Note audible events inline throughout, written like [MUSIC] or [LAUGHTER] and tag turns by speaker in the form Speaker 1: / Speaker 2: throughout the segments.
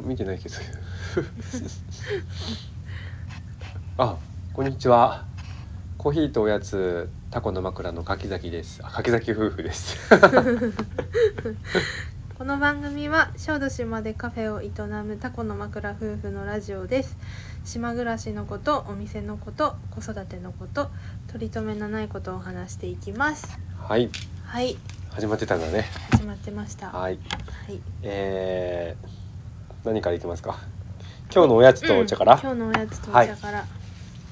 Speaker 1: 見てないけど [LAUGHS] あこんにちはコーヒーとおやつタコの枕の柿崎ですあ柿崎夫婦です [LAUGHS]
Speaker 2: この番組は小豆島でカフェを営むタコの枕夫婦のラジオです島暮らしのことお店のこと子育てのこと取り留めのないことを話していきます
Speaker 1: はい
Speaker 2: はい
Speaker 1: 始まってたんだね
Speaker 2: 始まってましたは
Speaker 1: はい
Speaker 2: い
Speaker 1: えー、何からいきますか今日のおやつとお茶から、
Speaker 2: うん今日のおやつとお茶から、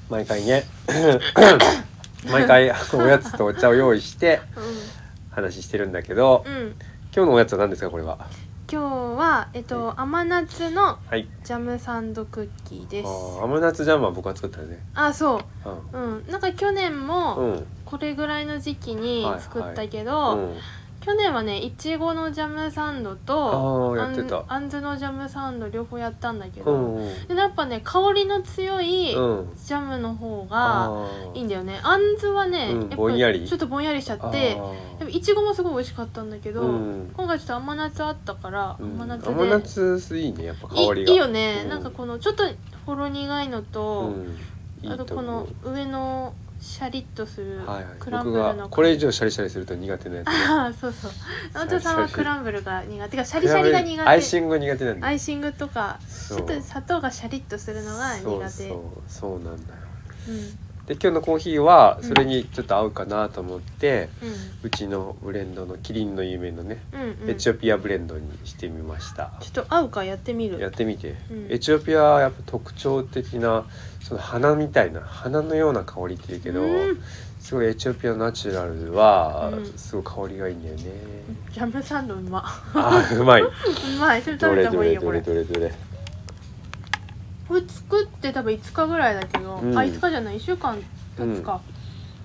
Speaker 1: 毎回ね [LAUGHS] 毎回あのおやつとお茶を用意して話してるんだけど
Speaker 2: うん、うん、
Speaker 1: 今日のおやつは何ですかこれは
Speaker 2: 今日はえっと、
Speaker 1: は
Speaker 2: 甘夏の
Speaker 1: はい
Speaker 2: ジャムサンドクッキ
Speaker 1: あ
Speaker 2: ーです
Speaker 1: ーアムナツジャムは僕が作ったよね
Speaker 2: あそうううんなんか去年
Speaker 1: ん
Speaker 2: も
Speaker 1: うん
Speaker 2: これぐらいの時期に作ったけど、
Speaker 1: うん
Speaker 2: 去年はねいちごのジャムサンドと
Speaker 1: あーやってた
Speaker 2: あんあんずのジャムサンド両方やったんだけ
Speaker 1: う
Speaker 2: ど、
Speaker 1: んうん
Speaker 2: でやっぱね香りの強いジ
Speaker 1: うん
Speaker 2: ャムの方が
Speaker 1: あ
Speaker 2: いいんだよねあんずはね、
Speaker 1: うん
Speaker 2: やっぱ
Speaker 1: ぼんやり
Speaker 2: ちょっとぼんやりしちゃ
Speaker 1: ー
Speaker 2: って
Speaker 1: あ
Speaker 2: でも
Speaker 1: ー
Speaker 2: いちごもすごい美味しかったんだけど、
Speaker 1: うん
Speaker 2: 今回ちょっと甘夏あったから
Speaker 1: うん
Speaker 2: 甘夏で、
Speaker 1: 甘夏いいねやっぱ
Speaker 2: い
Speaker 1: 香り
Speaker 2: い
Speaker 1: が
Speaker 2: いよね、
Speaker 1: うん
Speaker 2: なんかこのちょっとほろ苦いの
Speaker 1: う
Speaker 2: と、
Speaker 1: んい
Speaker 2: あ
Speaker 1: い
Speaker 2: と
Speaker 1: と
Speaker 2: こ
Speaker 1: 思
Speaker 2: の
Speaker 1: う
Speaker 2: 上のシャリッとする
Speaker 1: はいはい
Speaker 2: クラン
Speaker 1: 僕
Speaker 2: ブルの
Speaker 1: がこれ以上シャリシャリすると苦手なやつ [LAUGHS]
Speaker 2: ああそうそう直人さんは
Speaker 1: シャリシャリ
Speaker 2: クランブルが苦手てかシャリシャリが苦手
Speaker 1: アイシングが苦手なんだ
Speaker 2: ア
Speaker 1: よ
Speaker 2: イシングとかち
Speaker 1: そ
Speaker 2: ょ
Speaker 1: う
Speaker 2: っと砂糖がシャリッとするのが苦
Speaker 1: そう
Speaker 2: 手
Speaker 1: そうそうなんだよ
Speaker 2: うん
Speaker 1: で今日のコーヒーはそれにちょっと合うかなと思って、うちのブレンドのキリンの夢のね、
Speaker 2: うんうんう
Speaker 1: エ
Speaker 2: んち
Speaker 1: チ
Speaker 2: ょ
Speaker 1: オピアブレンドにしてみました、
Speaker 2: っと合うかやってみ
Speaker 1: やっ
Speaker 2: る
Speaker 1: てみて、
Speaker 2: うん
Speaker 1: エチオピアはやっぱ特徴的なその花みたいな花のような香りっていうけど、
Speaker 2: うん
Speaker 1: すごいエチオピアナチュラルは
Speaker 2: うん
Speaker 1: すごい香りがいいんだよ
Speaker 2: [LAUGHS]
Speaker 1: ね、
Speaker 2: ジャムサンドうま
Speaker 1: あーうまいう
Speaker 2: まいそれ
Speaker 1: ど
Speaker 2: 食べ
Speaker 1: れ
Speaker 2: た方
Speaker 1: ど
Speaker 2: がいい
Speaker 1: れ
Speaker 2: よこ
Speaker 1: ど
Speaker 2: れ
Speaker 1: れ
Speaker 2: こ
Speaker 1: どれどれ
Speaker 2: れ作って多分5日ぐらいだけど、
Speaker 1: うん
Speaker 2: あ5日じゃない1週間経つか、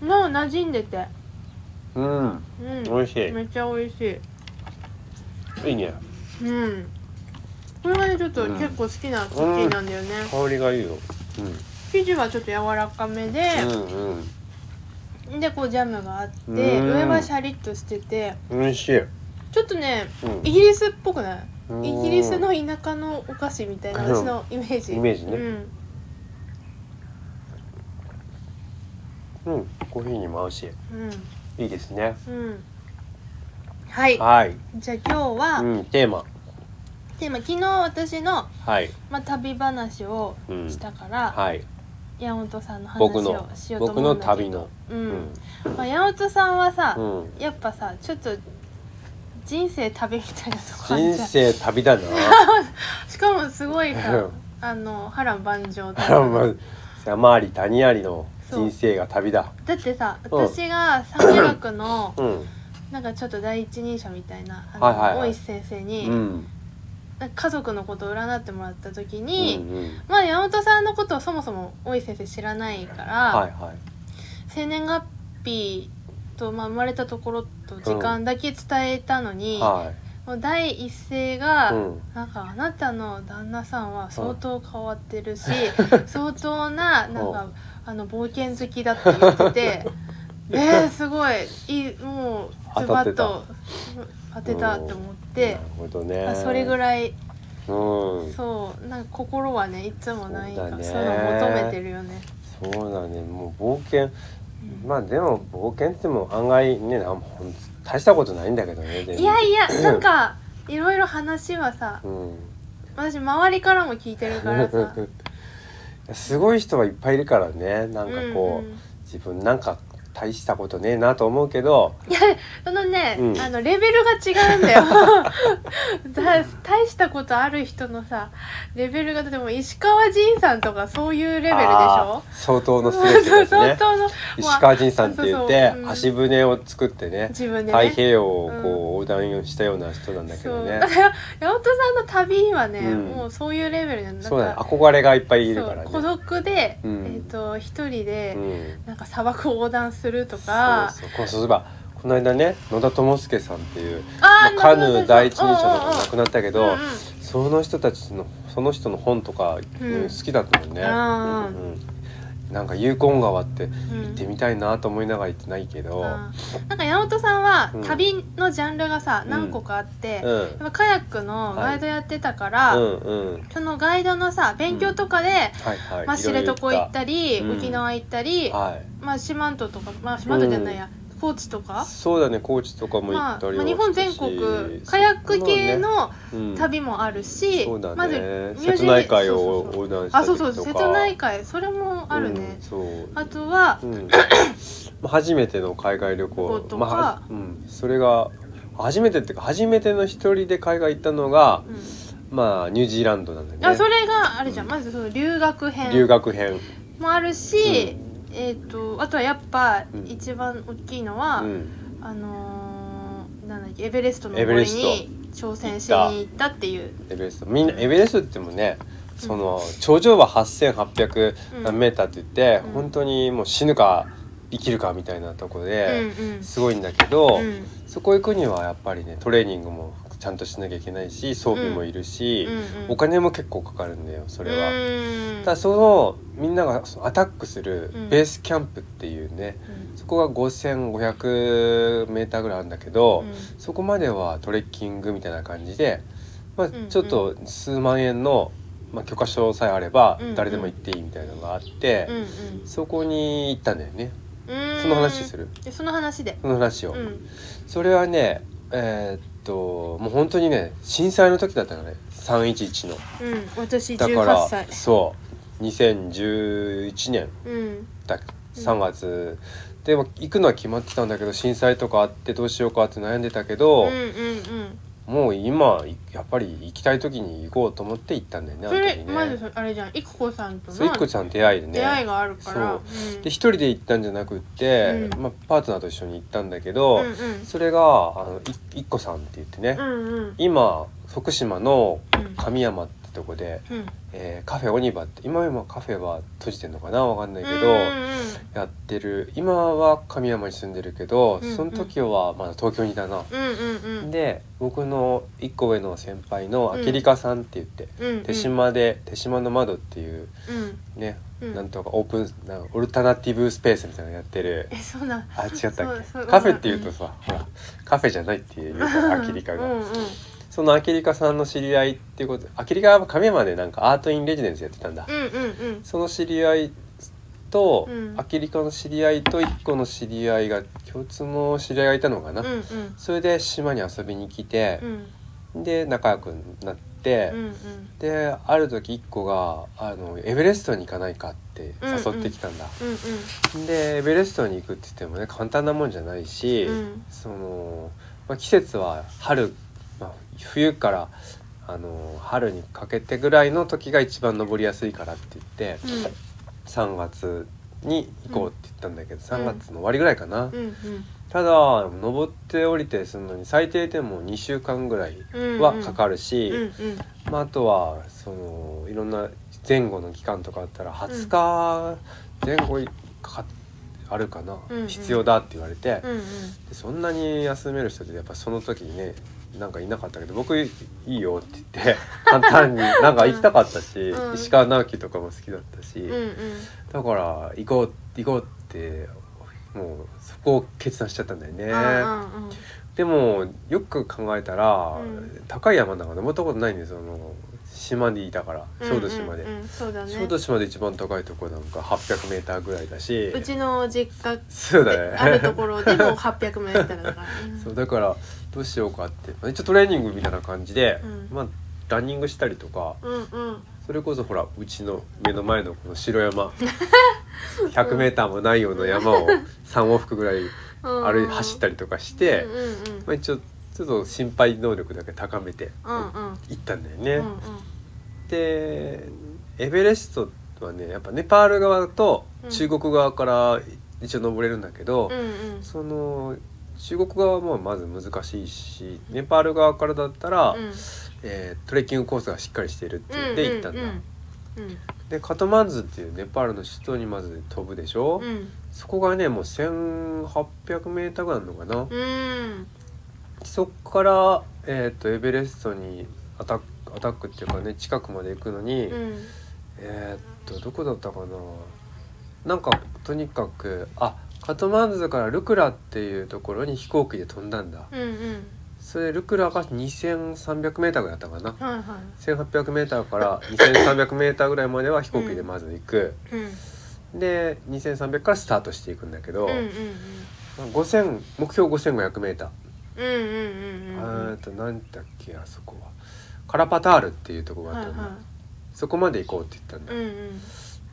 Speaker 2: もう馴染んでて
Speaker 1: うん
Speaker 2: うん
Speaker 1: 美味しい
Speaker 2: めっちゃ美味しい
Speaker 1: いいね
Speaker 2: うんこれがねちょっと結構好きなクッキーなんだよね、
Speaker 1: 香りがいいよ、
Speaker 2: 生地はちょっと柔らかめで、
Speaker 1: うん、うん
Speaker 2: でこうジャムがあって
Speaker 1: うん
Speaker 2: 上はシャリッとしてて
Speaker 1: うん美味しい、う
Speaker 2: ちょっとね
Speaker 1: ん
Speaker 2: イギリスっぽくない
Speaker 1: うん
Speaker 2: イギリスの田舎のお菓子みたいな
Speaker 1: うん
Speaker 2: 私のイメージ
Speaker 1: イメージね
Speaker 2: うん、
Speaker 1: うん、コーヒーにも合うしいいですね
Speaker 2: うんうんはい
Speaker 1: はい、
Speaker 2: じゃあ今日は、
Speaker 1: うん、テーマ
Speaker 2: テーマ昨日私の、
Speaker 1: はい、
Speaker 2: まあ、旅話を
Speaker 1: うん
Speaker 2: したから、
Speaker 1: はい、
Speaker 2: 山本さんの話
Speaker 1: 僕
Speaker 2: を
Speaker 1: の
Speaker 2: しようと
Speaker 1: 僕
Speaker 2: 思う
Speaker 1: の
Speaker 2: んだけ
Speaker 1: 旅
Speaker 2: ど
Speaker 1: の
Speaker 2: うん
Speaker 1: うん
Speaker 2: まあ、山本さんはさ、
Speaker 1: うん
Speaker 2: やっぱさちょっと人生旅みたいなとこある
Speaker 1: 人
Speaker 2: じゃん
Speaker 1: 生旅だな
Speaker 2: [LAUGHS] しかもすごいさ
Speaker 1: うん
Speaker 2: あの波乱万丈だ
Speaker 1: あまあ山あり谷ありの人生が旅だ
Speaker 2: だってさ
Speaker 1: うん
Speaker 2: 私が三大学の
Speaker 1: うん
Speaker 2: なんかちょっと第一人者みたいなあの、
Speaker 1: はいはいはい
Speaker 2: 大石先生
Speaker 1: う
Speaker 2: に、
Speaker 1: ん
Speaker 2: なんか家族のことを占ってもらった時
Speaker 1: うんう
Speaker 2: に、
Speaker 1: ん
Speaker 2: まあ山本さんのことをそもそも大石先生知らないから、
Speaker 1: はいはい
Speaker 2: 生年月日と、まあ、生まれたところと時間だけ伝えたのに、
Speaker 1: は
Speaker 2: もう第一声
Speaker 1: い
Speaker 2: が、
Speaker 1: うん
Speaker 2: なんかあなたの旦那さんは相当変わってるし、相
Speaker 1: [LAUGHS]
Speaker 2: 当ななんかあの冒険好きだって言っててえー、すごいいいもうズバッと当てたって思っ
Speaker 1: な
Speaker 2: て
Speaker 1: る、ほど
Speaker 2: ま
Speaker 1: ね
Speaker 2: あそれぐ
Speaker 1: い
Speaker 2: らい
Speaker 1: うん
Speaker 2: そうなんか心はねいつもない
Speaker 1: そ
Speaker 2: か
Speaker 1: うだ
Speaker 2: そう,、
Speaker 1: ね
Speaker 2: いうのを求めてるよね。
Speaker 1: そうだねもう冒険
Speaker 2: うん
Speaker 1: まあでも冒険っても案外ねなんほん大したことないんだけどね全然
Speaker 2: いやいやなんかいろいろ話はさ
Speaker 1: うん [LAUGHS]
Speaker 2: 私周りからも聞いてるからさ
Speaker 1: すごい人はいっぱいいるからねなんかこう、
Speaker 2: うんうん
Speaker 1: 自分なんか大したことねえなと思うけど
Speaker 2: そのね、
Speaker 1: うん
Speaker 2: あのレベルが違うんだよ [LAUGHS] だ大したことある人のさレベルがでも石川仁さんとかそういうレベルでし
Speaker 1: あ
Speaker 2: ょ
Speaker 1: ー相当のス
Speaker 2: そう
Speaker 1: レッ
Speaker 2: [LAUGHS] そ
Speaker 1: ド
Speaker 2: う
Speaker 1: です
Speaker 2: 相
Speaker 1: ね
Speaker 2: 当のもう
Speaker 1: 石川仁さんって言っ
Speaker 2: そう
Speaker 1: て
Speaker 2: そううん
Speaker 1: 足舟を作ってね
Speaker 2: 自分でね
Speaker 1: 太平洋をこう横断したような人なんだけ
Speaker 2: そ
Speaker 1: ど
Speaker 2: う [LAUGHS]
Speaker 1: ね
Speaker 2: だから八本さんの旅はね、
Speaker 1: うん
Speaker 2: もうそういうレベルなんだ
Speaker 1: そうだね
Speaker 2: なんか
Speaker 1: 憧れがいっぱいいるから
Speaker 2: そう孤
Speaker 1: ね
Speaker 2: 独で、
Speaker 1: うん
Speaker 2: えっ、と一人で、
Speaker 1: うん
Speaker 2: なんか砂漠を横断するとか
Speaker 1: そうそうこうそういえばこの間ね野田智介さんっていう
Speaker 2: あー
Speaker 1: まあカヌー第一人者の方
Speaker 2: な
Speaker 1: が
Speaker 2: るほど
Speaker 1: 亡くなったけど、
Speaker 2: うんうん
Speaker 1: その人たちのその人の本とか、
Speaker 2: うん
Speaker 1: うん好きだったもんね、
Speaker 2: あー
Speaker 1: うんうんなんかユーコン川って
Speaker 2: うん
Speaker 1: 行ってみたいなと思いながら行ってないけど、
Speaker 2: あーなんか山本さんは
Speaker 1: うん
Speaker 2: 旅のジャンルがさ、
Speaker 1: うん
Speaker 2: 何個かあって、
Speaker 1: う
Speaker 2: やっ
Speaker 1: ん、
Speaker 2: ぱカヤックのガイドやってたから、
Speaker 1: うんうん
Speaker 2: そのガイドのさ勉強とかで、
Speaker 1: はいはい、
Speaker 2: まあ、
Speaker 1: い
Speaker 2: 知
Speaker 1: ろいろ
Speaker 2: 床行ったり
Speaker 1: うん
Speaker 2: 沖縄行ったり、
Speaker 1: はい
Speaker 2: まあ、四万十とか、まあ、四万十じゃないや、高知とか、
Speaker 1: そうだね高知とかも行
Speaker 2: まあ
Speaker 1: っ、
Speaker 2: ま
Speaker 1: た
Speaker 2: あ
Speaker 1: りは
Speaker 2: 日本全国カヤック系の旅もあるし、
Speaker 1: そうだね、
Speaker 2: まずュージ
Speaker 1: 瀬戸内海を
Speaker 2: そうそうそう
Speaker 1: 横断した
Speaker 2: あ
Speaker 1: りと
Speaker 2: そ
Speaker 1: か
Speaker 2: うそう瀬戸内海それもあるね
Speaker 1: うん、そう
Speaker 2: あとは
Speaker 1: う、ん [COUGHS] まあ初めての海外旅
Speaker 2: こ
Speaker 1: 行
Speaker 2: とか
Speaker 1: まあはうん、それが初めてっていうか初めての一人で海外行ったのが、
Speaker 2: うん
Speaker 1: まあニュージーランドなんだよね
Speaker 2: あそれがあるじゃん、
Speaker 1: うん
Speaker 2: まずその留学編
Speaker 1: 留学編、
Speaker 2: もあるし、えっ、とあとはやっぱ
Speaker 1: うん
Speaker 2: 一番大きいのは、
Speaker 1: うん、
Speaker 2: あのー、なんだっけエベレストの
Speaker 1: エベ
Speaker 2: 登
Speaker 1: レ
Speaker 2: り
Speaker 1: スト
Speaker 2: に挑戦しに行ったっていう
Speaker 1: エベレストみんなエベレストって言ってもねその頂上は8,800何メーターって言って、
Speaker 2: うん
Speaker 1: 本当にもう死ぬか生きるかみたいなとこ
Speaker 2: うん
Speaker 1: で
Speaker 2: うん
Speaker 1: すごいんだけど、
Speaker 2: うん
Speaker 1: そこ行くにはやっぱりねトレーニングもちゃんとしなきゃいけないし装備もいるし、
Speaker 2: うん
Speaker 1: お金も結構かかるんだよそれは。
Speaker 2: うん
Speaker 1: ただそのみんながそのアタックする
Speaker 2: うん
Speaker 1: ベースキャンプっていうね、
Speaker 2: うん
Speaker 1: そこが5,500メーターぐらいあるんだけど、
Speaker 2: うん
Speaker 1: そこまではトレッキングみたいな感じで、まあ、
Speaker 2: んうん
Speaker 1: ちょっと数万円の、まあ、許可証さえあれば
Speaker 2: うんうん
Speaker 1: 誰でも行っていいみたいなのがあって、
Speaker 2: うん
Speaker 1: そこに行ったんだよね
Speaker 2: うん
Speaker 1: その話する
Speaker 2: でその話で
Speaker 1: その話を、
Speaker 2: うん
Speaker 1: それはねえーっともう本当にね震災の時だったのね311の
Speaker 2: うん私
Speaker 1: だか
Speaker 2: 18
Speaker 1: ら
Speaker 2: 歳
Speaker 1: そう2011年
Speaker 2: うん
Speaker 1: だ
Speaker 2: うん
Speaker 1: 3月、でも行くのは決まってたんだけど震災とかあってどうしようかって悩んでたけど、
Speaker 2: うんうんうん
Speaker 1: もう今やっぱり行きたい時に行こうと思って行ったんだよね
Speaker 2: そ
Speaker 1: あの時
Speaker 2: れ
Speaker 1: ね
Speaker 2: まずそあれじゃんいくこさんと
Speaker 1: そういっこ
Speaker 2: の
Speaker 1: ちゃん出会いでね
Speaker 2: 出会いがあるから
Speaker 1: そう
Speaker 2: うん
Speaker 1: で一人で行ったんじゃなくって、
Speaker 2: うん
Speaker 1: まあ、パートナーと一緒に行ったんだけど、
Speaker 2: うんうん
Speaker 1: それがあのいいっこさんって言ってね、
Speaker 2: うんうん
Speaker 1: 今徳島の
Speaker 2: うん
Speaker 1: 神山ってとこで、
Speaker 2: うん
Speaker 1: えーカフェオニバって今今カフェは閉じてんのかなわかんないけど、
Speaker 2: うん
Speaker 1: やってる今は神山に住んでるけど、
Speaker 2: うんうん
Speaker 1: その時はまだ東京にいたな、
Speaker 2: うんうんうんうん
Speaker 1: で僕の一個上の先輩のアキリカさんって言って、
Speaker 2: うんうん
Speaker 1: 手島で手島の窓っていう
Speaker 2: うん
Speaker 1: ね、
Speaker 2: うん
Speaker 1: なんとかオープンなんかオルタナティブスペースみたいなのやってる
Speaker 2: えそうなん
Speaker 1: あ違ったっけ
Speaker 2: そうそう
Speaker 1: カフェっていうとさ、ほらカフェじゃないっていうからアキリカが、
Speaker 2: うんうん
Speaker 1: そのアキリカさんの知り合いっていうことアキリカは神山でなんかアートインレジデンスやってたんだ、
Speaker 2: うんうんうん
Speaker 1: その知り合いと、
Speaker 2: うん
Speaker 1: アキリカの知り合いと一個の知り合いが共通の知り合いがいたのかな、
Speaker 2: うんうん
Speaker 1: それで島に遊びに来て
Speaker 2: う、ん
Speaker 1: で仲良くなって、
Speaker 2: うん
Speaker 1: である時一個があのエベレストに行かないかって誘ってきたんだ、
Speaker 2: うん
Speaker 1: でエベレストに行くって言ってもね簡単なもんじゃないし、
Speaker 2: うん
Speaker 1: その、まあ、季節は春、まあ、冬からあの春にかけてぐらいの時が一番登りやすいからって言って。3月に行こうって言ったんだけど、3月の終わりぐらいかな、
Speaker 2: うんうん
Speaker 1: ただ登って降りてするのに最低でも2週間ぐらい
Speaker 2: うん
Speaker 1: はかかるし、
Speaker 2: うんうん
Speaker 1: まあ、あとはそのいろんな前後の期間とかあったら20日前後かかっあるかな、
Speaker 2: うんうん
Speaker 1: 必要だって言われて、
Speaker 2: うん
Speaker 1: でそんなに休める人ってやっぱその時にねなんかいなかったけど僕いいよって言って [LAUGHS] 簡単になんか行きたかったし、
Speaker 2: うん
Speaker 1: 石川直樹とかも好きだったし。
Speaker 2: うんうんうん
Speaker 1: だから行こう行こうってもうそこを決断しちゃったんだよね
Speaker 2: うん
Speaker 1: でもよく考えたら、
Speaker 2: うん
Speaker 1: 高い山なんか登ったことないんですよその島にいたから
Speaker 2: うん
Speaker 1: 小豆島で、
Speaker 2: うんうんそうだね
Speaker 1: 小豆島で一番高いところなんか800メーターぐらいだし
Speaker 2: うちの実家
Speaker 1: そう
Speaker 2: で
Speaker 1: だね
Speaker 2: あるところ
Speaker 1: [LAUGHS]
Speaker 2: でも800メートルだからね
Speaker 1: そうだからどうしようかってまあ一応トレーニングみたいな感じで、
Speaker 2: うん
Speaker 1: まあランニングしたりとか
Speaker 2: うんうん
Speaker 1: それこそほらうちの目の前のこの白
Speaker 2: [LAUGHS]
Speaker 1: 山100メーターもないような山を3往復ぐらい歩い走った
Speaker 2: り
Speaker 1: りとかして、
Speaker 2: うんうんう
Speaker 1: ま
Speaker 2: ん
Speaker 1: あ、一応ちょっと心配能力だけ高めて
Speaker 2: うんうん
Speaker 1: 行ったんだよね。
Speaker 2: うん
Speaker 1: でエベレストはねやっぱネパール側と中国側から一応登れるんだけど、
Speaker 2: うんうん
Speaker 1: その中国側もまず難しいしネパール側からだったら、
Speaker 2: うん
Speaker 1: えートレッキングコースがしっかりしてるって言って行ったんだ。
Speaker 2: うんうん
Speaker 1: でカトマンズっていうネパールの首都にまず飛ぶでしょ、
Speaker 2: うん
Speaker 1: そこがねもう1,800メーターぐらいあるのかな。
Speaker 2: うん
Speaker 1: そこから、えー、とエベレストにアタックアタックっていうかね近くまで行くのに、
Speaker 2: うん
Speaker 1: えーっとどこだったかななんかとにかくあカトマンズからルクラっていうところに飛行機で飛んだんだ
Speaker 2: うんうん
Speaker 1: それルクラが 2300m ぐらいだったかな
Speaker 2: はいは
Speaker 1: 1800m から 2300m ぐらいまでは飛行機でまず行く、
Speaker 2: いうん
Speaker 1: で2300からスタートしていくんだけど、
Speaker 2: うんうん
Speaker 1: 5000目標 5500m
Speaker 2: うんうんうんうんうん
Speaker 1: えっと何だっけあそこはカラパタールっていうところがあ
Speaker 2: は
Speaker 1: っ
Speaker 2: い
Speaker 1: たの、
Speaker 2: は
Speaker 1: そこまで行こうって言ったんだ
Speaker 2: いうんうん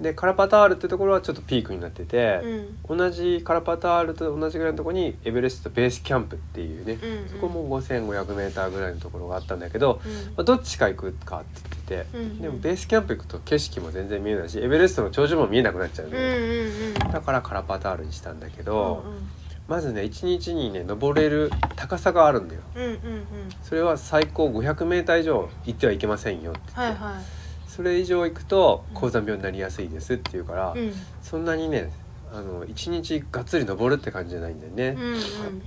Speaker 1: でカラパタールってところはちょっとピークになってて、
Speaker 2: うん
Speaker 1: 同じカラパタールと同じぐらいのところにエベレストベースキャンプっていうね、
Speaker 2: うんうん
Speaker 1: そこも 5500m ぐらいのところがあったんだけど、
Speaker 2: うん
Speaker 1: まあ、どっちか行くかって言ってて、
Speaker 2: うんうん
Speaker 1: でもベースキャンプ行くと景色も全然見えないしエベレストの頂上も見えなくなっちゃうの
Speaker 2: う
Speaker 1: よ、
Speaker 2: んうんうん
Speaker 1: だからカラパタールにしたんだけ
Speaker 2: う
Speaker 1: ど、
Speaker 2: ん
Speaker 1: まずね1日にね登れる高さがあるんだよ
Speaker 2: うんうんうんうん
Speaker 1: それは最高 500m 以上行ってはいけませんよって言って、
Speaker 2: はいは
Speaker 1: それ以上行くと
Speaker 2: うん
Speaker 1: 高山病になりやすいですっていうから、
Speaker 2: いうん
Speaker 1: そんなにねあの1日がっつり登るって感じじゃないんだよね、
Speaker 2: うん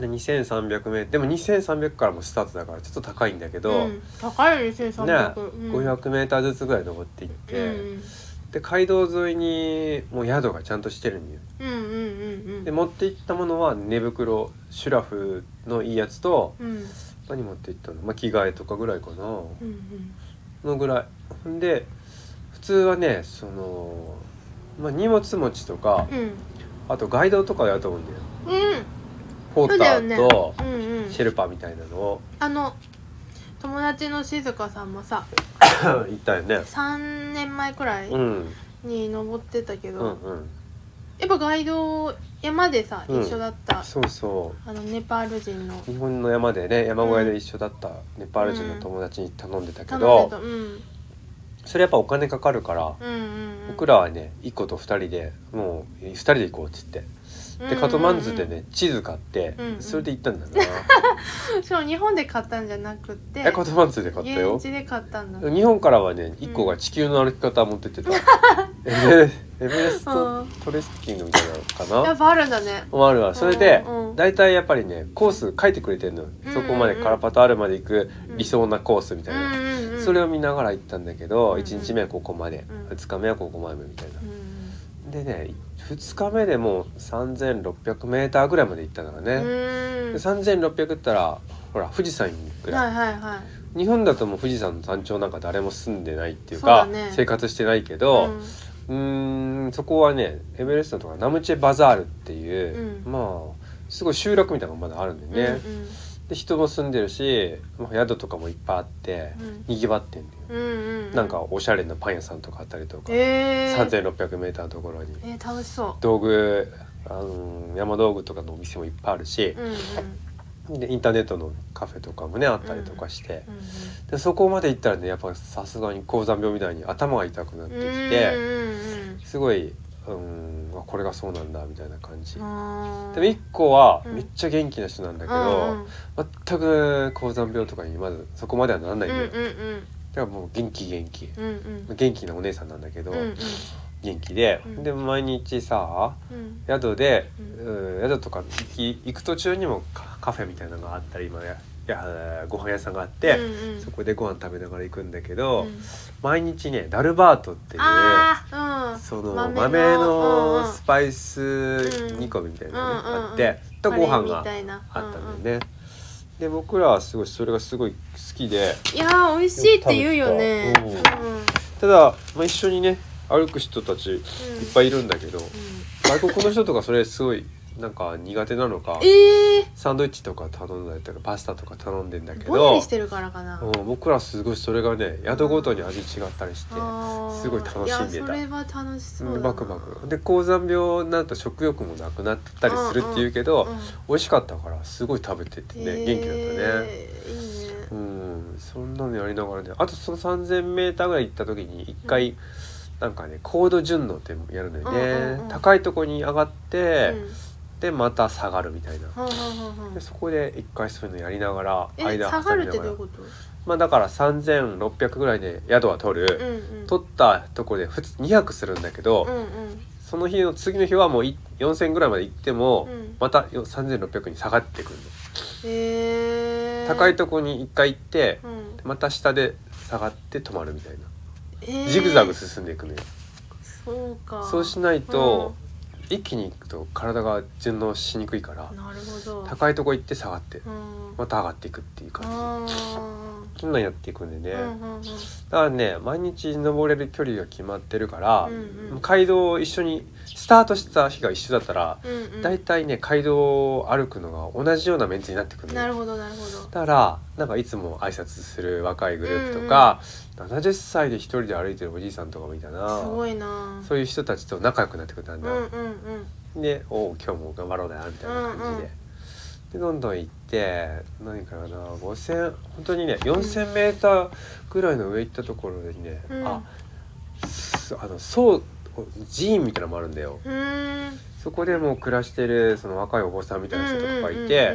Speaker 1: で 2300m でも2300からもスタートだからちょっと高いんだけ
Speaker 2: う
Speaker 1: ど、
Speaker 2: んうん高いよね千三
Speaker 1: ね、
Speaker 2: 百
Speaker 1: 500m ずつぐらい登っていって、で街道沿いにもう宿がちゃんとしてるんだよ
Speaker 2: うんうんうんうんうん
Speaker 1: で持って行ったものは寝袋シュラフのいいやつと
Speaker 2: うん
Speaker 1: 何持って行ったの、まあ、着替えとかぐらいかな
Speaker 2: うんうん
Speaker 1: のぐらいんで普通はねその、まあ、荷物持ちとか
Speaker 2: うん
Speaker 1: あとガイドとかやと思うんだよ
Speaker 2: うん
Speaker 1: ポ
Speaker 2: そう
Speaker 1: ータ
Speaker 2: だよ
Speaker 1: ー
Speaker 2: ね
Speaker 1: と
Speaker 2: うんうん
Speaker 1: シェルパーみたいなの
Speaker 2: [LAUGHS]
Speaker 1: を
Speaker 2: あの友達の静香さんもさ
Speaker 1: 行ったよね
Speaker 2: 3年前くらい
Speaker 1: うんうん
Speaker 2: に登ってたけ
Speaker 1: う
Speaker 2: ど、
Speaker 1: ん
Speaker 2: やっぱガイド山でさ、
Speaker 1: うん
Speaker 2: 一緒だった
Speaker 1: そうそ
Speaker 2: あのネパール人の
Speaker 1: う日本の山でね山小屋で一緒だったネパール人の友達に頼んでたけ
Speaker 2: 頼ん
Speaker 1: ど、
Speaker 2: でた、うん、
Speaker 1: それやっぱお金かかるから
Speaker 2: うんうんうん
Speaker 1: 僕らはね1個と2人でもう2人で行こうって言ってでカトマンズで、ね地図買って
Speaker 2: うんうん
Speaker 1: それで行ったんだよ
Speaker 2: うんうんうんしかも日本で買ったんじゃなくて [LAUGHS]
Speaker 1: なえカトマンズで買ったよ
Speaker 2: 現地で買ったんだ
Speaker 1: 日本からはね1個が地球の歩き方持ってって
Speaker 2: [LAUGHS]
Speaker 1: たエベレエベレス
Speaker 2: う
Speaker 1: ト
Speaker 2: ん
Speaker 1: トレスキングみたいなのか
Speaker 2: や
Speaker 1: な
Speaker 2: っぱあるんだね
Speaker 1: もあるわそれで
Speaker 2: うんうん
Speaker 1: 大体やっぱりねコース書いてくれてるの
Speaker 2: うん
Speaker 1: そこまでカラパタールまで行く理想なコースみ
Speaker 2: う
Speaker 1: たいなん
Speaker 2: うんうん
Speaker 1: それを見ながら行ったんだけど
Speaker 2: うんうん
Speaker 1: 1日目はここまで
Speaker 2: うん
Speaker 1: 2日目はここまでみたいな
Speaker 2: うんうん
Speaker 1: でね2日目でもう 3600m ぐらいまで行ったから
Speaker 2: う
Speaker 1: ねで
Speaker 2: ん
Speaker 1: 3600ったらほら富士山ぐらい
Speaker 2: はいはいはい
Speaker 1: 日本だともう富士山の山頂なんか誰も住んでないっていう
Speaker 2: そうだ
Speaker 1: か
Speaker 2: ね
Speaker 1: 生活してないけど
Speaker 2: うん
Speaker 1: うーんそこはねエベレストとかナムチェバザールっていう、
Speaker 2: うん
Speaker 1: まあすごい集落みたいなのがまだあるんだよね、
Speaker 2: うん
Speaker 1: で人も住んでるし、まあ、宿とかもいっぱいあって、
Speaker 2: うん
Speaker 1: にぎわってんだよ、
Speaker 2: うんうんうんうん
Speaker 1: なんかおしゃれなパン屋さんとかあったりとか、
Speaker 2: えー、
Speaker 1: 3600m のところに
Speaker 2: えー、楽しそ
Speaker 1: 道具、あのー山道具とかのお店もいっぱいあるし
Speaker 2: う、うんうん
Speaker 1: でインターネットのカフェとかもねあったりとかして。
Speaker 2: うん
Speaker 1: でそこまで行ったらねやっぱさすがに高山病みたいに頭が痛くなってき
Speaker 2: うん
Speaker 1: て
Speaker 2: うんうん
Speaker 1: すごいうーんあこれがそうなんだみたいな感じでも
Speaker 2: あー
Speaker 1: 1個は
Speaker 2: うん
Speaker 1: めっちゃ元気な人なんだけ
Speaker 2: うんうん
Speaker 1: ど全く高山病とかにまずそこまではならないんだよだか
Speaker 2: うんうん
Speaker 1: らもう元気元気
Speaker 2: うんうん
Speaker 1: 元気なお姉さんなんだけど
Speaker 2: うんうん
Speaker 1: 元気で
Speaker 2: うん
Speaker 1: で毎日さ
Speaker 2: うん
Speaker 1: 宿で
Speaker 2: う
Speaker 1: うん宿とか行き行く途中にもカカフェみたいなのがあったり今ややご飯屋さんがあって
Speaker 2: うんうん
Speaker 1: そこでご飯食べながら行くんだけど。
Speaker 2: うん
Speaker 1: 毎日ねダルバートっていう
Speaker 2: あーうん
Speaker 1: その
Speaker 2: 豆
Speaker 1: 豆
Speaker 2: の
Speaker 1: の
Speaker 2: うんうん
Speaker 1: スパイス煮込みみたいなのが、ね
Speaker 2: うんうんうん
Speaker 1: あってとご
Speaker 2: カレ
Speaker 1: 飯
Speaker 2: ー
Speaker 1: があ
Speaker 2: み
Speaker 1: った
Speaker 2: たい
Speaker 1: んだ
Speaker 2: な
Speaker 1: よね。で僕らはすごいそれがすごい好きで
Speaker 2: いやー美味しいって言うよね
Speaker 1: うん
Speaker 2: うん
Speaker 1: ただ、まあ、一緒にね歩く人たちいっぱいいるんだけど、
Speaker 2: うん
Speaker 1: 外国の人とかそれすごいなんか苦手なのか
Speaker 2: え
Speaker 1: サンドイッチとか頼んだりとかパスタとか頼んでんだけ
Speaker 2: ーぼんや
Speaker 1: ど
Speaker 2: りしてるからかな
Speaker 1: うん僕らすごいそれがね宿ごとに味違ったりして。
Speaker 2: あー
Speaker 1: すごい楽しんでた
Speaker 2: いやそれは楽しそうだな
Speaker 1: バクバクで高山病になると食欲もなくなったりするっていうけど、
Speaker 2: うん
Speaker 1: 美味しかったからすごい食べててね、元気だったね
Speaker 2: えーいいね
Speaker 1: うんそんなのやりながらねあとその 3,000m ぐらい行った時に一回、なんかね高度順応ってやるのよね、
Speaker 2: うんうんうん
Speaker 1: 高いとこに上がっ
Speaker 2: う
Speaker 1: て、
Speaker 2: ん
Speaker 1: でまた下がるみたいな、
Speaker 2: はんはんはんはん
Speaker 1: でそこで一回そういうのやりながら
Speaker 2: え下がるってどういう
Speaker 1: ら
Speaker 2: こと
Speaker 1: まあだから3600ぐらいで宿は取る、
Speaker 2: うんうん
Speaker 1: 取ったとこで普通2泊するんだけど、
Speaker 2: うんうん
Speaker 1: その日の次の日はもうい4,000ぐらいまで行っても、
Speaker 2: うん
Speaker 1: またよ3,600に下がってくるの、
Speaker 2: えー
Speaker 1: 高いとこに1回行って
Speaker 2: うん
Speaker 1: また下で下がって止まるみたいな、
Speaker 2: えー
Speaker 1: ジグザグ進んでいくのよ
Speaker 2: すそうか
Speaker 1: そうしないと、一気に行くと体が順応しにくいから
Speaker 2: うん、なるほど
Speaker 1: 高いとこ行って下がって
Speaker 2: うん
Speaker 1: また上がっていくっていう感
Speaker 2: あ
Speaker 1: じそんなんやっていくんで
Speaker 2: ー
Speaker 1: ね、
Speaker 2: うんうんうん
Speaker 1: だからね毎日登れる距離が決まってるから、
Speaker 2: うんうん
Speaker 1: 街道を一緒にスタートした日が一緒だったら、
Speaker 2: うんうん
Speaker 1: だいたいね街道を歩くのが同じようなメンツになってくるのよ
Speaker 2: なるほどなるほど
Speaker 1: だからなんかいつも挨拶する若いグループとか、70歳で一人で歩いてるおじいさんとかもいたな
Speaker 2: すごいな
Speaker 1: そういう人たちと仲良くなってくるだん
Speaker 2: う
Speaker 1: だ
Speaker 2: んうん
Speaker 1: ん、
Speaker 2: うん
Speaker 1: で「おう今日も頑張ろうだな」みたいな感じで、
Speaker 2: うんうん
Speaker 1: でどんどん行って何からな5000本当にね 4,000m ぐらいの上行ったところでね、
Speaker 2: うん
Speaker 1: あすあのそう寺院みたいなのもあるんだよ
Speaker 2: うーん
Speaker 1: そこでもう暮らしてるその若いお坊さんみたいな人とかがいて、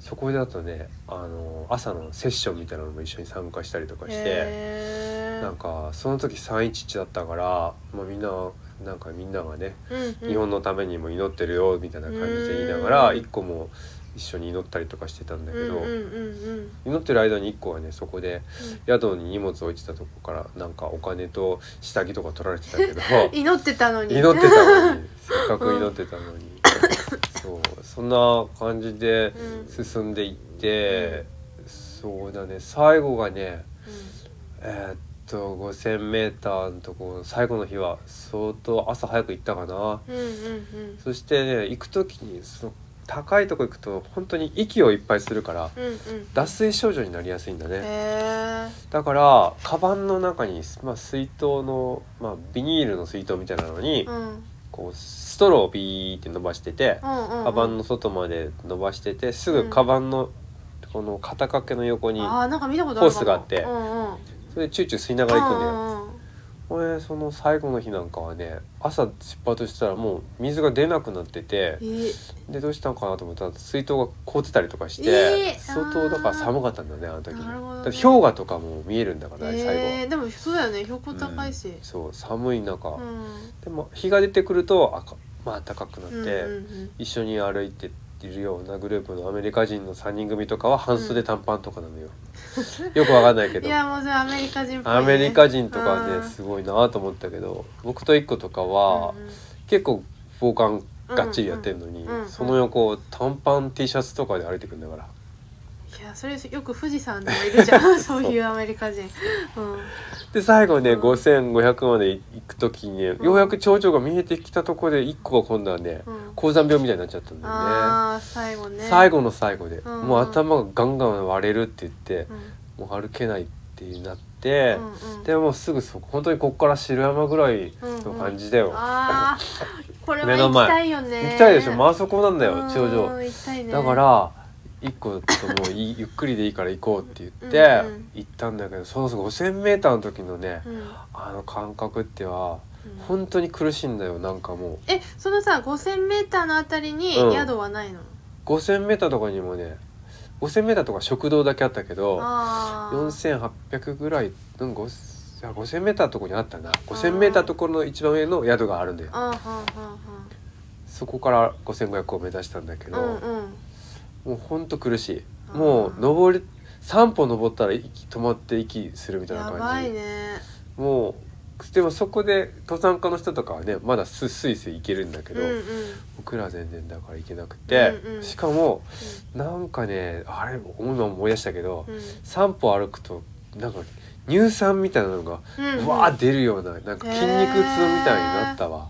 Speaker 1: そこだとねあの朝のセッションみたいなのも一緒に参加したりとかして。
Speaker 2: て
Speaker 1: なんかその時311だったから、まあ、みんななんかみんながね日本
Speaker 2: の
Speaker 1: のためにも祈ってるよみたいな感じで言いながら
Speaker 2: うん
Speaker 1: 一個も一緒に祈ったりとかしてたんだ
Speaker 2: だ
Speaker 1: けど祈ってる間に一個はねそこで宿に荷物置いてたとこからなんかお金と下着とか取られてたけど
Speaker 2: 祈ってたの
Speaker 1: [LAUGHS]
Speaker 2: に
Speaker 1: 祈ってたのにせっかく祈ってたのにそうそんな感じで
Speaker 2: うん
Speaker 1: 進んでいってそうだね最後がねえーっと 5,000m のとこ最後の日は相当朝早く行ったかな。
Speaker 2: うんうんうん
Speaker 1: そしてね行く時にその高いとこ行くと本当に息をいっぱいするから
Speaker 2: うんうん
Speaker 1: 脱水症状になりやすいんだね
Speaker 2: へ
Speaker 1: だからカバンの中に、まあ、水筒の、まあ、ビニールの水筒みたいなのに
Speaker 2: ーうん
Speaker 1: こうストローをビーって伸ばしてて
Speaker 2: カ
Speaker 1: カバンの外まで伸ばしててすぐカバンのこの肩掛けの横に
Speaker 2: あーなんか見たことあるかも
Speaker 1: ホースがあって
Speaker 2: うんうん
Speaker 1: それでチューチュー吸いながら行くんだよ
Speaker 2: うんうん
Speaker 1: 俺その最後の日なんかはね朝出発したらもう水が出なくなってて
Speaker 2: え
Speaker 1: でどうしたのかなと思ったら水筒が凍ってたりとかして、
Speaker 2: えー
Speaker 1: 相当だから寒かったんだねあの時
Speaker 2: なるほどね
Speaker 1: だって氷河とかも見えるんだからね、
Speaker 2: えーでもそうだよね標高
Speaker 1: 最後
Speaker 2: 高いし
Speaker 1: うんそう寒い中、
Speaker 2: うん
Speaker 1: でも日が出てくるとあかまあ暖かくなって、
Speaker 2: うんうん
Speaker 1: 一緒に歩いているようなグループのアメリカ人の3人組とかは半袖短パンとかなのよ、 [LAUGHS] よくわかんないけ
Speaker 2: [LAUGHS] うんい
Speaker 1: ど
Speaker 2: やもうそれアメリカ人っぽいね
Speaker 1: アメリカ人とかは
Speaker 2: う
Speaker 1: ね
Speaker 2: ん
Speaker 1: すごいなと思ったけど僕と一個とかは
Speaker 2: うんうん
Speaker 1: 結構防寒がっちりやってるのに、
Speaker 2: うんうんうんうん
Speaker 1: その横短パン T シャツとかで歩いてくんだから。
Speaker 2: いやそれよく富士山でもい
Speaker 1: [LAUGHS]
Speaker 2: るじゃんそういうアメリカ人うん
Speaker 1: で最後ね
Speaker 2: うん
Speaker 1: 5500まで行く時にね
Speaker 2: ん
Speaker 1: ようやく頂上が見えてきたところで1個が今度はね
Speaker 2: うん
Speaker 1: 高山病みたいになっちゃったんだよね
Speaker 2: ああ最後ね
Speaker 1: 最後の最後で
Speaker 2: んうん
Speaker 1: もう頭がガンガン割れるって言って
Speaker 2: うん
Speaker 1: もう歩けないってなって
Speaker 2: うんうん
Speaker 1: でもうすぐそこ本当にここから白山ぐらいの感じだよ
Speaker 2: ああこれは
Speaker 1: 目の
Speaker 2: 行き
Speaker 1: 前
Speaker 2: たいよね
Speaker 1: 行きたいでしょまあそこなんだよ頂
Speaker 2: う
Speaker 1: 上
Speaker 2: ん行きたいね
Speaker 1: だから1個ともうい [LAUGHS] ゆっくりでいいから行こうって言って
Speaker 2: うんうん
Speaker 1: 行ったんだけどその 5,000m の時のね
Speaker 2: うん
Speaker 1: あの感覚っては
Speaker 2: うん
Speaker 1: 本当に苦しいんだよなんかも
Speaker 2: えそのさ 5000m のあたりに
Speaker 1: うん
Speaker 2: 宿はないの、
Speaker 1: う 5,000m とかにもね 5,000m とか食堂だけあったけど
Speaker 2: ああ
Speaker 1: 4,800ぐらいうん5 0 0 0とこにあったな 5,000m ところの一番上の宿があるんだよ
Speaker 2: あーはんはんはん
Speaker 1: そこから5,500を目指したんだけど、
Speaker 2: うんうん
Speaker 1: もうほんと苦し
Speaker 2: あ
Speaker 1: い
Speaker 2: ー
Speaker 1: もう登り3歩登ったら息止まって息するみたいな
Speaker 2: やば
Speaker 1: 感じ
Speaker 2: いね
Speaker 1: もうでもそこで登山家の人とかはねまだススイスイ行けるんだけど、
Speaker 2: うんうん
Speaker 1: 僕らは全然だから行けなくて、
Speaker 2: うんうん
Speaker 1: しかもなんかねあれ今思い出したけど、
Speaker 2: うん
Speaker 1: 散歩歩くとなんか乳酸みたいなのが
Speaker 2: うんうん
Speaker 1: うわー出るようななんか筋肉痛みたいになったわ、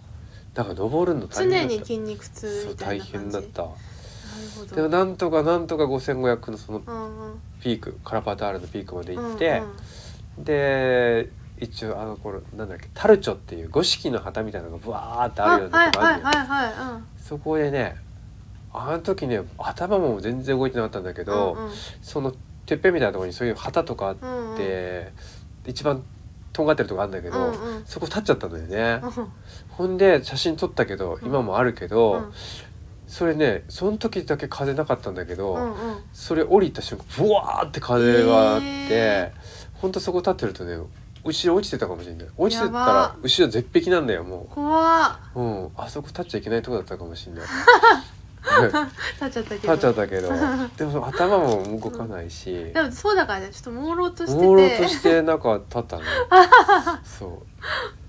Speaker 1: だから登るの大
Speaker 2: 常
Speaker 1: 変だ
Speaker 2: に
Speaker 1: った
Speaker 2: 筋肉痛
Speaker 1: そう
Speaker 2: みた
Speaker 1: 大
Speaker 2: いな感
Speaker 1: 変
Speaker 2: じ
Speaker 1: だった
Speaker 2: な
Speaker 1: で
Speaker 2: る
Speaker 1: も
Speaker 2: ほど
Speaker 1: なんとかなんとか5500のその
Speaker 2: うんうん
Speaker 1: ピークカラパタールのピークまで行っ
Speaker 2: うん
Speaker 1: て、で一応あの頃なんだっけタルチョっていう五色の旗みたいなのがブワーってあるよう
Speaker 2: うん、
Speaker 1: な
Speaker 2: あ
Speaker 1: とこあ
Speaker 2: は
Speaker 1: る
Speaker 2: い
Speaker 1: のよ
Speaker 2: はいはいはいうん
Speaker 1: そこでねあの時ね頭も全然動いてなかったんだけど、
Speaker 2: うんうん
Speaker 1: そのてっぺんみたいなところにそういう旗とかあ
Speaker 2: うんうん
Speaker 1: って、一番とんがってるとこあるんだけど、
Speaker 2: うんうん
Speaker 1: そこ立っちゃったんだよね、
Speaker 2: うん
Speaker 1: ほんで写真撮ったけど
Speaker 2: うん
Speaker 1: 今もあるけど、
Speaker 2: うん
Speaker 1: それねその時だけ風なかったんだけど、
Speaker 2: うんうん
Speaker 1: それ降りた瞬間ブワーって風があって、
Speaker 2: え
Speaker 1: ほんとそこ立ってるとね後ろ落ちてたかもしれない落ちてた
Speaker 2: やば
Speaker 1: ら後ろ絶壁なんだよも
Speaker 2: 怖っ
Speaker 1: う、うん、あそこ立っちゃいけないとこだったかもしれない
Speaker 2: 立っちゃったけ
Speaker 1: 立
Speaker 2: ど
Speaker 1: っちゃった
Speaker 2: [LAUGHS]
Speaker 1: けどでも頭も動かないし
Speaker 2: でもそうだからねちょっと朦朧としてて [LAUGHS]
Speaker 1: 朦朧としてなんか立ったねそう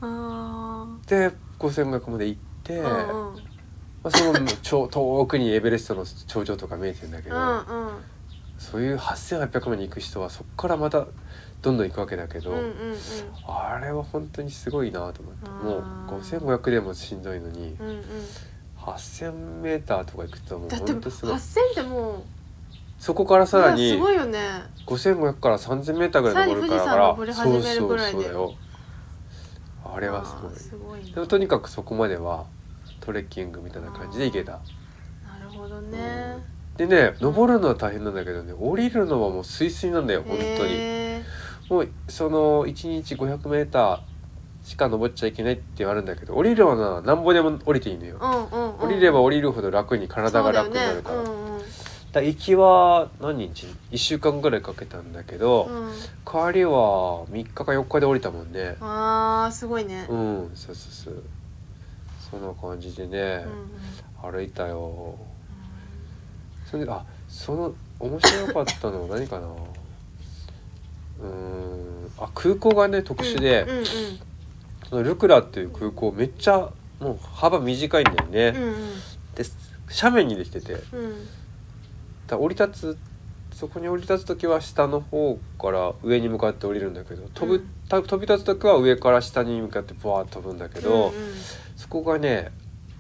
Speaker 2: あ
Speaker 1: で5,500まで行って、
Speaker 2: うん
Speaker 1: ま
Speaker 2: うん
Speaker 1: あ、その超遠くにエベレストの頂上とか見えてるんだけど、
Speaker 2: うんうん
Speaker 1: そういう8,800まで行く人はそこからまたどんどん行くわけだけど、
Speaker 2: うんうん
Speaker 1: あれは本当にすごいなと思って
Speaker 2: あ
Speaker 1: もう
Speaker 2: ー
Speaker 1: 5,500でもしんどいのに
Speaker 2: うんうんうん
Speaker 1: 8,000メーターとか行くともう
Speaker 2: だって
Speaker 1: 本当すごい
Speaker 2: 8000っても
Speaker 1: そこから
Speaker 2: う
Speaker 1: さら
Speaker 2: いや
Speaker 1: に
Speaker 2: すごいよね
Speaker 1: 5,500から3,000メーターぐらい登るから
Speaker 2: さらに富士山
Speaker 1: そう
Speaker 2: 登り始めるぐらいで
Speaker 1: そうそうだよあれはすご
Speaker 2: あー
Speaker 1: い
Speaker 2: すごいね
Speaker 1: でもとにかくそこまではトレッキングみたいな感じで行けた
Speaker 2: なるほどね
Speaker 1: でね登るのは大変なんだけどね降りるのはもうスイスイなんだよ本当に、
Speaker 2: へ
Speaker 1: もうその1日 500m しか登っちゃいけないって言われるんだけど降りるのはなんぼでも降りていいのよ、
Speaker 2: ーうんうんうん
Speaker 1: 降りれば降りるほど楽に体が楽になるから
Speaker 2: そう
Speaker 1: だ
Speaker 2: だ
Speaker 1: か
Speaker 2: よね
Speaker 1: ら行きは何日1週間ぐらいかけたんだけど、
Speaker 2: うんうんうん
Speaker 1: 帰りは3日か4日で降りたもんね
Speaker 2: あーすごいね
Speaker 1: う、んそうそうそうそんな感じでね
Speaker 2: う、んうん
Speaker 1: 歩いたよそれであその面白かったの
Speaker 2: [LAUGHS]
Speaker 1: は何かなうーんあ空港がね特殊で、
Speaker 2: うん
Speaker 1: そのルクラっていう空港めっちゃもう幅短いんだよね、
Speaker 2: うんうん
Speaker 1: で斜面にできててだか
Speaker 2: うんうん
Speaker 1: ら降り立つそこに降り立つ時は下の方から上に向かって降りるんだけど飛ぶ、
Speaker 2: うん
Speaker 1: た飛び立つ時は上から下に向かってバーッと飛ぶんだけど、
Speaker 2: うんうん
Speaker 1: そこがね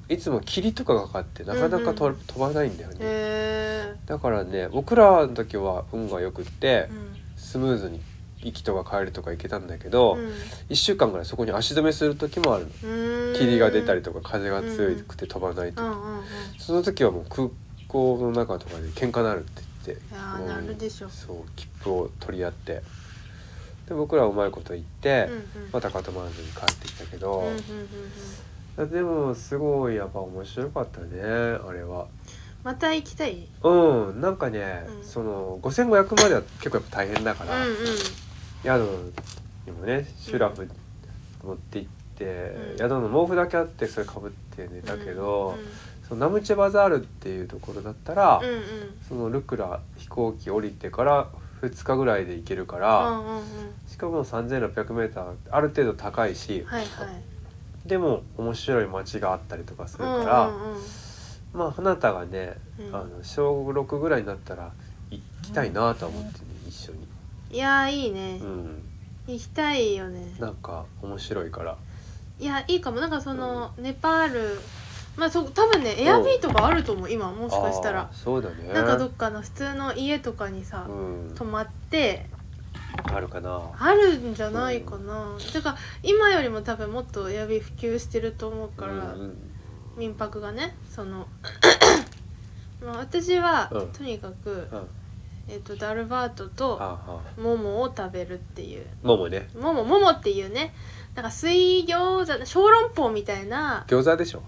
Speaker 1: いつも霧とかがかかってなかなかと、
Speaker 2: うんうん
Speaker 1: 飛ばないんだよね、
Speaker 2: へ
Speaker 1: だからね僕らの時は運がよくって
Speaker 2: ーうん
Speaker 1: スムーズに行きとか帰るとか行けたんだけど、
Speaker 2: うん
Speaker 1: 1週間ぐらいそこに足止めする時もあるの
Speaker 2: うーん
Speaker 1: 霧が出たりとか風が強くて飛ばないと
Speaker 2: うんう
Speaker 1: か、
Speaker 2: んうんい
Speaker 1: その時はもう空港の中とかで喧嘩なるって言って
Speaker 2: やーなるでしょ
Speaker 1: そう切符を取り合ってで僕らはうまいこと言って、
Speaker 2: うんうん
Speaker 1: またカトマンズに帰ってきたけど
Speaker 2: うんうんうんうん、
Speaker 1: でもすごいやっぱ面白かったねあれは。
Speaker 2: また行きたい
Speaker 1: うんなんかね、
Speaker 2: うん
Speaker 1: その5,500までは結構やっぱ大変だか
Speaker 2: うん
Speaker 1: ら、
Speaker 2: うん
Speaker 1: 宿にもねシュラフ持って行って、
Speaker 2: うん
Speaker 1: 宿の毛布だけあってそれかぶって寝たけど、
Speaker 2: うん
Speaker 1: そのナムチェバザールっていうところだったら、
Speaker 2: うんうん
Speaker 1: そのルクラ飛行機降りてから2日ぐらいで行けるか
Speaker 2: う
Speaker 1: ら、
Speaker 2: んうんうん
Speaker 1: しかも 3,600m ある程度高いし、
Speaker 2: はいはい
Speaker 1: でも面白い街があったりとかする
Speaker 2: う
Speaker 1: か
Speaker 2: んうん
Speaker 1: ら、
Speaker 2: うん
Speaker 1: まあ花田がね、
Speaker 2: うん
Speaker 1: あの小6ぐらいになったら行きたいなとは思ってね、一緒に。
Speaker 2: いやーいいね
Speaker 1: うん
Speaker 2: 行きたいよね
Speaker 1: なんか面白いから
Speaker 2: いやいいかもなんかそのネパールまあそ多分ねエアビーとかあると思う今も
Speaker 1: も
Speaker 2: しかしたら
Speaker 1: そうだね
Speaker 2: なんかどっかの普通の家とかにさ
Speaker 1: うん
Speaker 2: 泊まって
Speaker 1: あるかな
Speaker 2: あるんじゃないかなだから今よりも多分もっとエアビー普及してると思うから
Speaker 1: うんうん
Speaker 2: 民泊がね
Speaker 1: [COUGHS]
Speaker 2: そのまあ私は
Speaker 1: うん
Speaker 2: とにかく
Speaker 1: うん
Speaker 2: えっとダルバート
Speaker 1: あ
Speaker 2: と
Speaker 1: あ
Speaker 2: モモを食べるっていう
Speaker 1: ももね
Speaker 2: モモモモっていうねなんか水餃子小籠包みたいな
Speaker 1: 餃子でしょ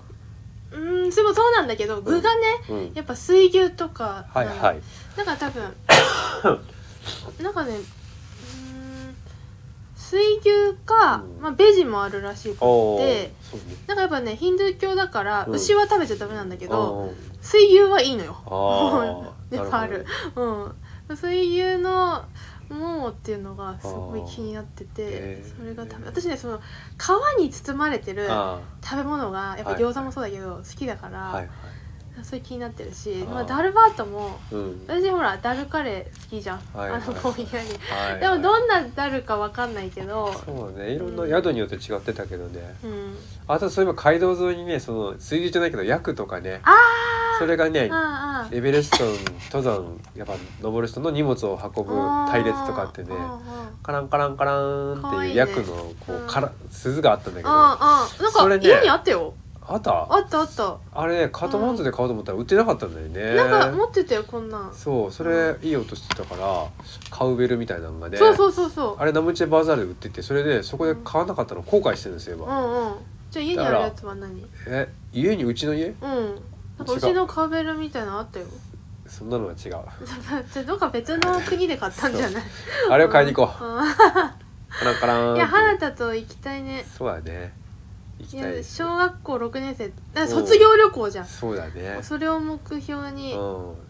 Speaker 2: うーんそれもそうなんだけど具がね
Speaker 1: うん
Speaker 2: やっぱ水牛とか
Speaker 1: は
Speaker 2: ないの
Speaker 1: はい
Speaker 2: なんか多分 [COUGHS] なんかねうーん水牛か、
Speaker 1: うん
Speaker 2: まあ、ベジもあるらしく
Speaker 1: おお
Speaker 2: て
Speaker 1: そうね
Speaker 2: なんかやっぱねヒンドゥー教だから
Speaker 1: うん
Speaker 2: 牛は食べちゃダメなんだけど、
Speaker 1: おー
Speaker 2: 水牛はいいの [LAUGHS] よ
Speaker 1: あ
Speaker 2: ネ
Speaker 1: ー
Speaker 2: パ
Speaker 1: な
Speaker 2: ー
Speaker 1: る
Speaker 2: ル、うん、水牛のモーっていうのがすごい気になって
Speaker 1: あー
Speaker 2: て
Speaker 1: へー
Speaker 2: それが食べ私ねその皮に包まれてる
Speaker 1: ほどあ
Speaker 2: 食べ物がやっぱ餃子もそうだけど好きだから、
Speaker 1: あはいはい
Speaker 2: それ気になってるし
Speaker 1: あー
Speaker 2: まあ、ダルバートも
Speaker 1: うん
Speaker 2: 私ほらダルカレー好きじゃん、
Speaker 1: はいはい
Speaker 2: あのぼんやり
Speaker 1: はい
Speaker 2: でも
Speaker 1: ん
Speaker 2: どんなダルかわかんないけど
Speaker 1: そうねいろん
Speaker 2: う
Speaker 1: なん宿によって違ってたけどね
Speaker 2: うん
Speaker 1: あとそういえば街道沿いにねその水牛じゃないけどヤクとかね
Speaker 2: あ
Speaker 1: それがね
Speaker 2: ああ
Speaker 1: エベレストの登山やっぱ登る人の荷物を運ぶ隊列とかあってねカランカランカラン
Speaker 2: か
Speaker 1: っ
Speaker 2: わ
Speaker 1: てい
Speaker 2: いいうね
Speaker 1: ヤクのこ
Speaker 2: う
Speaker 1: うんから鈴があったんだけどあ
Speaker 2: あーあーなん
Speaker 1: そ
Speaker 2: か
Speaker 1: れね
Speaker 2: 家にあったよ
Speaker 1: った
Speaker 2: あったあった
Speaker 1: あれカートマンズで買おうと思ったら売ってなかったんだよね
Speaker 2: なんか持ってたよこんなん
Speaker 1: そうそれいい音してたからカウベルみたいなのがね
Speaker 2: そうそうそうそう
Speaker 1: あれナムチェバザールで売っててそれでそこで買わなかったの後悔してるんですよ
Speaker 2: う
Speaker 1: 今
Speaker 2: んうんじゃあ家にあるやつは何うん
Speaker 1: え家にうちの家
Speaker 2: なんかうちのカーベルみたいなのあったよ
Speaker 1: そんなのは違う
Speaker 2: じゃあどっか別の国で買ったんじゃない
Speaker 1: あれを買いに行こう
Speaker 2: う
Speaker 1: カランカランっ
Speaker 2: ん
Speaker 1: て
Speaker 2: いや花田と行きたいね
Speaker 1: そうだね行
Speaker 2: い
Speaker 1: き
Speaker 2: や
Speaker 1: たいです
Speaker 2: 小学校6年生あ卒業旅行じゃん
Speaker 1: そうだね
Speaker 2: それを目標
Speaker 1: うん
Speaker 2: に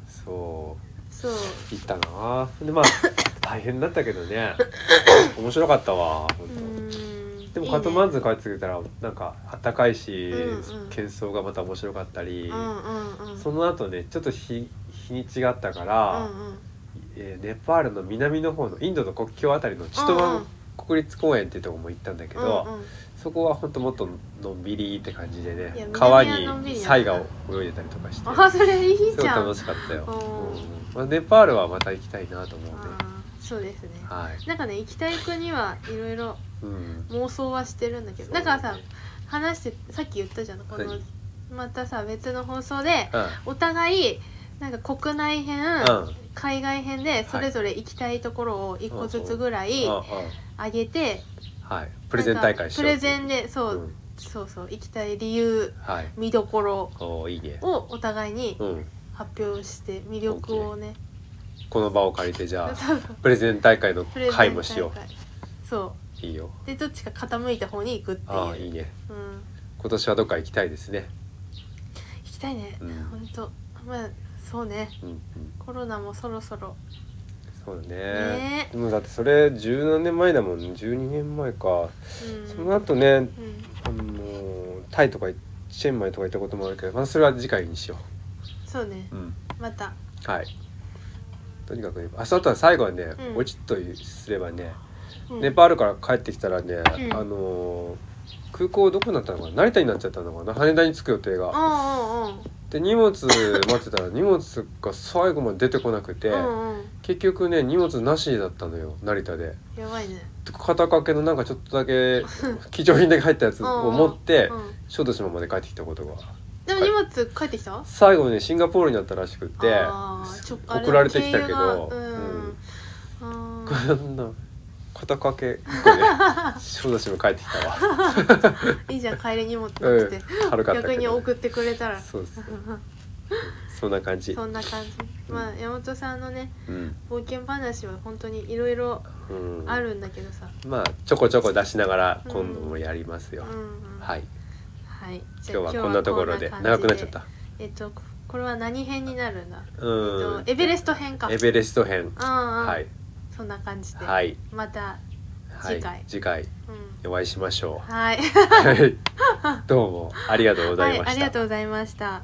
Speaker 1: そう
Speaker 2: そう
Speaker 1: 行った [LAUGHS] なでまあ大変だったけどね面白かったわ
Speaker 2: う
Speaker 1: 本
Speaker 2: ーん
Speaker 1: でもカトマンズ帰ってきたらなんかあったかいし、
Speaker 2: うんうん
Speaker 1: 喧騒がまた面白かったり、
Speaker 2: うんうんうん
Speaker 1: その後ねちょっと日日にちがあったか
Speaker 2: う
Speaker 1: ら、
Speaker 2: んうん
Speaker 1: えーネパールの南の方のインドの国境あたりのチトワン国立公園っていうとこも行ったんだけど、
Speaker 2: うんうん
Speaker 1: そこはほんともっとのんびりって感じで
Speaker 2: いや
Speaker 1: ね
Speaker 2: 南は
Speaker 1: 川
Speaker 2: のんび
Speaker 1: に
Speaker 2: りなんだ
Speaker 1: サイが泳いでたりとかして
Speaker 2: あそれいい
Speaker 1: すごい
Speaker 2: じゃん
Speaker 1: 楽しかったよ、
Speaker 2: うん
Speaker 1: うんまあ、ネパールはまた行きたいなと思うね
Speaker 2: あーそうですね
Speaker 1: はい、
Speaker 2: なんかね行きたい国はいろいろ
Speaker 1: うん、
Speaker 2: 妄想はしてるんだけどだからさ話してさっき言ったじゃんこの
Speaker 1: 何
Speaker 2: またさ別の放送で
Speaker 1: うん
Speaker 2: お互いなんか国内編、
Speaker 1: うん
Speaker 2: 海外編でそれぞれ行きたいところを一個ずつぐらい
Speaker 1: うんうん
Speaker 2: あげて、
Speaker 1: はいプレゼン大会し
Speaker 2: プ
Speaker 1: よう
Speaker 2: レゼンでそう、
Speaker 1: ん
Speaker 2: そうそう行きたい理由
Speaker 1: はい
Speaker 2: 見どころ
Speaker 1: おーいいね
Speaker 2: をお互いに
Speaker 1: うん
Speaker 2: 発表して魅力をね
Speaker 1: この場を借りてじゃあ
Speaker 2: [LAUGHS] そうそう
Speaker 1: プレゼン大会の
Speaker 2: プレゼン
Speaker 1: 会もしよ
Speaker 2: 大会そう
Speaker 1: ういいよ
Speaker 2: でどっちか傾いた方に行くっていう
Speaker 1: ああいいね
Speaker 2: うん、
Speaker 1: 今年はどっか行きたいですね
Speaker 2: 行きたいね、
Speaker 1: う
Speaker 2: ほ
Speaker 1: ん
Speaker 2: ん、本当まあそうね
Speaker 1: うんうん
Speaker 2: コロナもそろそろ
Speaker 1: そうだね
Speaker 2: ね
Speaker 1: でもだってそれ十何年前だもんね12年前か、
Speaker 2: うん
Speaker 1: その後ね
Speaker 2: うん
Speaker 1: あのータイとかチェンマイとか行ったこともあるけどまあそれは次回にしよ
Speaker 2: そうね
Speaker 1: う、うん、
Speaker 2: また
Speaker 1: はいとにかくねあそうあとは最後はね、
Speaker 2: うん
Speaker 1: おちっとすればね、
Speaker 2: うん
Speaker 1: ネパールから帰ってきたらね、
Speaker 2: ん
Speaker 1: あのー空港どこになったのかな成田になっちゃったのかな羽田に着く予定が
Speaker 2: うんうんうん
Speaker 1: で荷物待ってたら荷物が最後まで出てこなくて、
Speaker 2: うんうん
Speaker 1: 結局ね荷物なしだったのよ成田で
Speaker 2: やばいね
Speaker 1: 肩掛けのなんかちょっとだけ貴重品で入ったやつを持って
Speaker 2: うんうん
Speaker 1: 小豆島まで帰ってきたことが
Speaker 2: でも荷物帰ってきた、
Speaker 1: 最後ねシンガポールになったらしくって
Speaker 2: あーちょあれ
Speaker 1: 送られてきたけ
Speaker 2: 経由
Speaker 1: ど、
Speaker 2: がうん、あー
Speaker 1: [LAUGHS] こんな肩掛け一個で小豆島帰ってきたわ
Speaker 2: [LAUGHS] いいじゃん帰り荷物な
Speaker 1: うん [LAUGHS]
Speaker 2: くて、
Speaker 1: 軽かったけど、
Speaker 2: 逆に送ってくれたら
Speaker 1: そうそうそんな感じ
Speaker 2: そんな感じまあ山本さんのね
Speaker 1: うん、
Speaker 2: 冒険話は本当にいろいろ
Speaker 1: うん、
Speaker 2: あるんだけどさ、
Speaker 1: まあちょこちょこ出しながら今度もやります
Speaker 2: う
Speaker 1: よ
Speaker 2: ん、うん、
Speaker 1: はい
Speaker 2: はい、じゃあ
Speaker 1: 今日はこんなところで
Speaker 2: 今日は
Speaker 1: 長
Speaker 2: こ
Speaker 1: く
Speaker 2: ん
Speaker 1: なっち
Speaker 2: 感じ
Speaker 1: ゃ
Speaker 2: で
Speaker 1: った
Speaker 2: えっとこれは何編になるんだ、
Speaker 1: うん
Speaker 2: えっとエベレスト編か
Speaker 1: エベレスト編
Speaker 2: うんうん、
Speaker 1: はい
Speaker 2: そんな感じで、
Speaker 1: はい
Speaker 2: また
Speaker 1: は
Speaker 2: 次
Speaker 1: い
Speaker 2: 回
Speaker 1: 次回
Speaker 2: うん
Speaker 1: お
Speaker 2: [LAUGHS]
Speaker 1: 会いしましょ
Speaker 2: は
Speaker 1: う
Speaker 2: い
Speaker 1: [LAUGHS] はいどうもありがとうござ
Speaker 2: [LAUGHS] はいい
Speaker 1: ま
Speaker 2: あ
Speaker 1: し
Speaker 2: り
Speaker 1: た
Speaker 2: がとうございました